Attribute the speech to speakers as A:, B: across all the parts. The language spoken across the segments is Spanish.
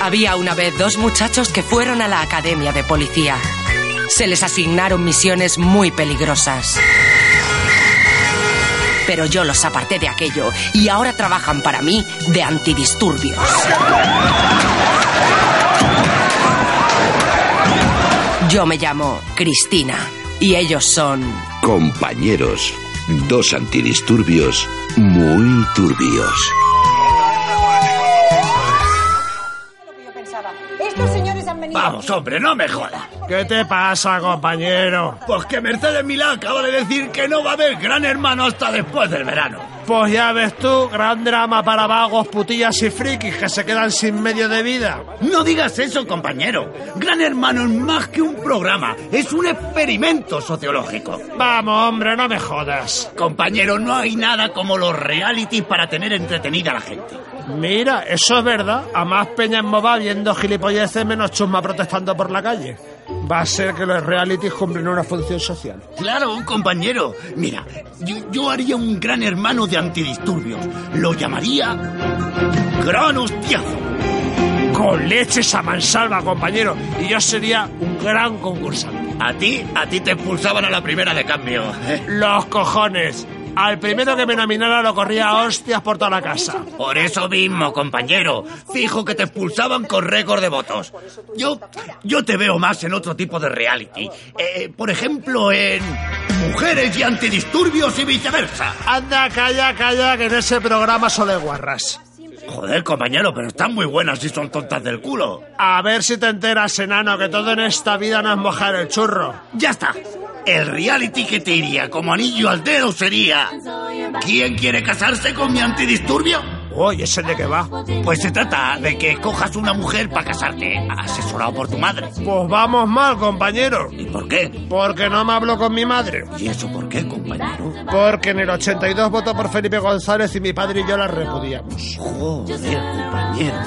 A: Había una vez dos muchachos que fueron a la academia de policía. Se les asignaron misiones muy peligrosas. Pero yo los aparté de aquello y ahora trabajan para mí de antidisturbios. Yo me llamo Cristina y ellos son...
B: Compañeros, dos antidisturbios muy turbios.
C: Vamos, hombre, no me joda.
D: ¿Qué te pasa, compañero?
C: Pues que Mercedes Milá acaba de decir que no va a haber gran hermano hasta después del verano.
D: Pues ya ves tú, gran drama para vagos, putillas y frikis que se quedan sin medio de vida.
C: No digas eso, compañero. Gran hermano es más que un programa, es un experimento sociológico.
D: Vamos, hombre, no me jodas.
C: Compañero, no hay nada como los realities para tener entretenida a la gente.
D: Mira, eso es verdad. A más peña en MOBA viendo gilipolleces menos chusma protestando por la calle. Va a ser que los realities cumplen una función social.
C: Claro, compañero. Mira, yo, yo haría un gran hermano de antidisturbios. Lo llamaría Gran Hostiazo.
D: Con leches a mansalva, compañero. Y yo sería un gran concursante.
C: A ti, a ti te expulsaban a la primera de cambio. ¿eh?
D: Los cojones. Al primero que me nominara lo corría a hostias por toda la casa.
C: Por eso mismo, compañero. Fijo que te expulsaban con récord de votos. Yo, yo te veo más en otro tipo de reality. Eh, por ejemplo, en Mujeres y Antidisturbios y viceversa.
D: Anda, calla, calla, que en ese programa solo hay guarras.
C: Joder, compañero, pero están muy buenas si son tontas del culo.
D: A ver si te enteras, enano, que todo en esta vida no es mojar el churro.
C: Ya está. El reality que te iría como anillo al dedo sería... ¿Quién quiere casarse con mi antidisturbio?
D: Oye, ¿ese de qué va?
C: Pues se trata de que cojas una mujer para casarte, asesorado por tu madre.
D: Pues vamos mal, compañero.
C: ¿Y por qué?
D: Porque no me hablo con mi madre.
C: ¿Y eso por qué, compañero?
D: Porque en el 82 votó por Felipe González y mi padre y yo la repudiamos.
C: Joder, compañero.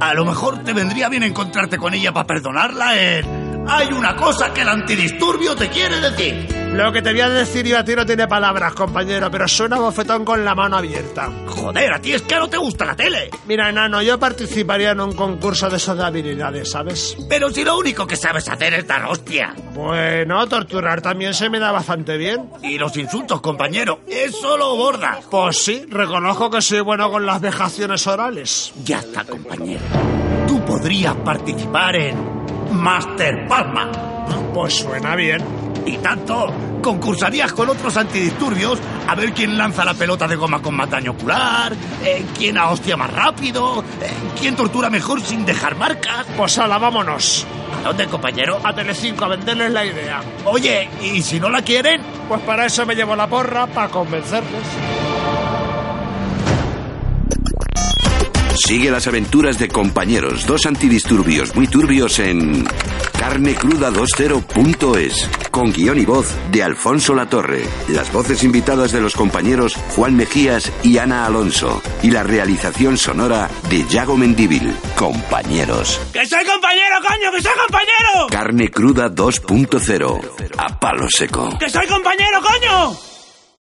C: A lo mejor te vendría bien encontrarte con ella para perdonarla en... Hay una cosa que el antidisturbio te quiere decir.
D: Lo que te voy a decir yo a ti no tiene palabras, compañero, pero suena a bofetón con la mano abierta.
C: Joder, a ti es que no te gusta la tele.
D: Mira, enano, yo participaría en un concurso de esas de habilidades, ¿sabes?
C: Pero si lo único que sabes hacer es dar hostia.
D: Bueno, torturar también se me da bastante bien.
C: Y los insultos, compañero, eso lo borda.
D: Pues sí, reconozco que soy bueno con las vejaciones orales.
C: Ya está, compañero. Tú podrías participar en Master Palma.
D: Pues suena bien.
C: Y tanto, concursarías con otros antidisturbios a ver quién lanza la pelota de goma con más daño ocular, eh, quién a hostia más rápido, eh, quién tortura mejor sin dejar marcas.
D: Pues ala, vámonos.
C: ¿A dónde, compañero?
D: A Telecinco a venderles la idea.
C: Oye, ¿y si no la quieren?
D: Pues para eso me llevo la porra, para convencerles.
B: Sigue las aventuras de compañeros, dos antidisturbios muy turbios en carnecruda20.es, con guión y voz de Alfonso Latorre, las voces invitadas de los compañeros Juan Mejías y Ana Alonso, y la realización sonora de Yago Mendíbil. Compañeros.
C: ¡Que soy compañero, coño! ¡Que soy compañero!
B: Carne Cruda 2.0, a palo seco.
C: ¡Que soy compañero, coño!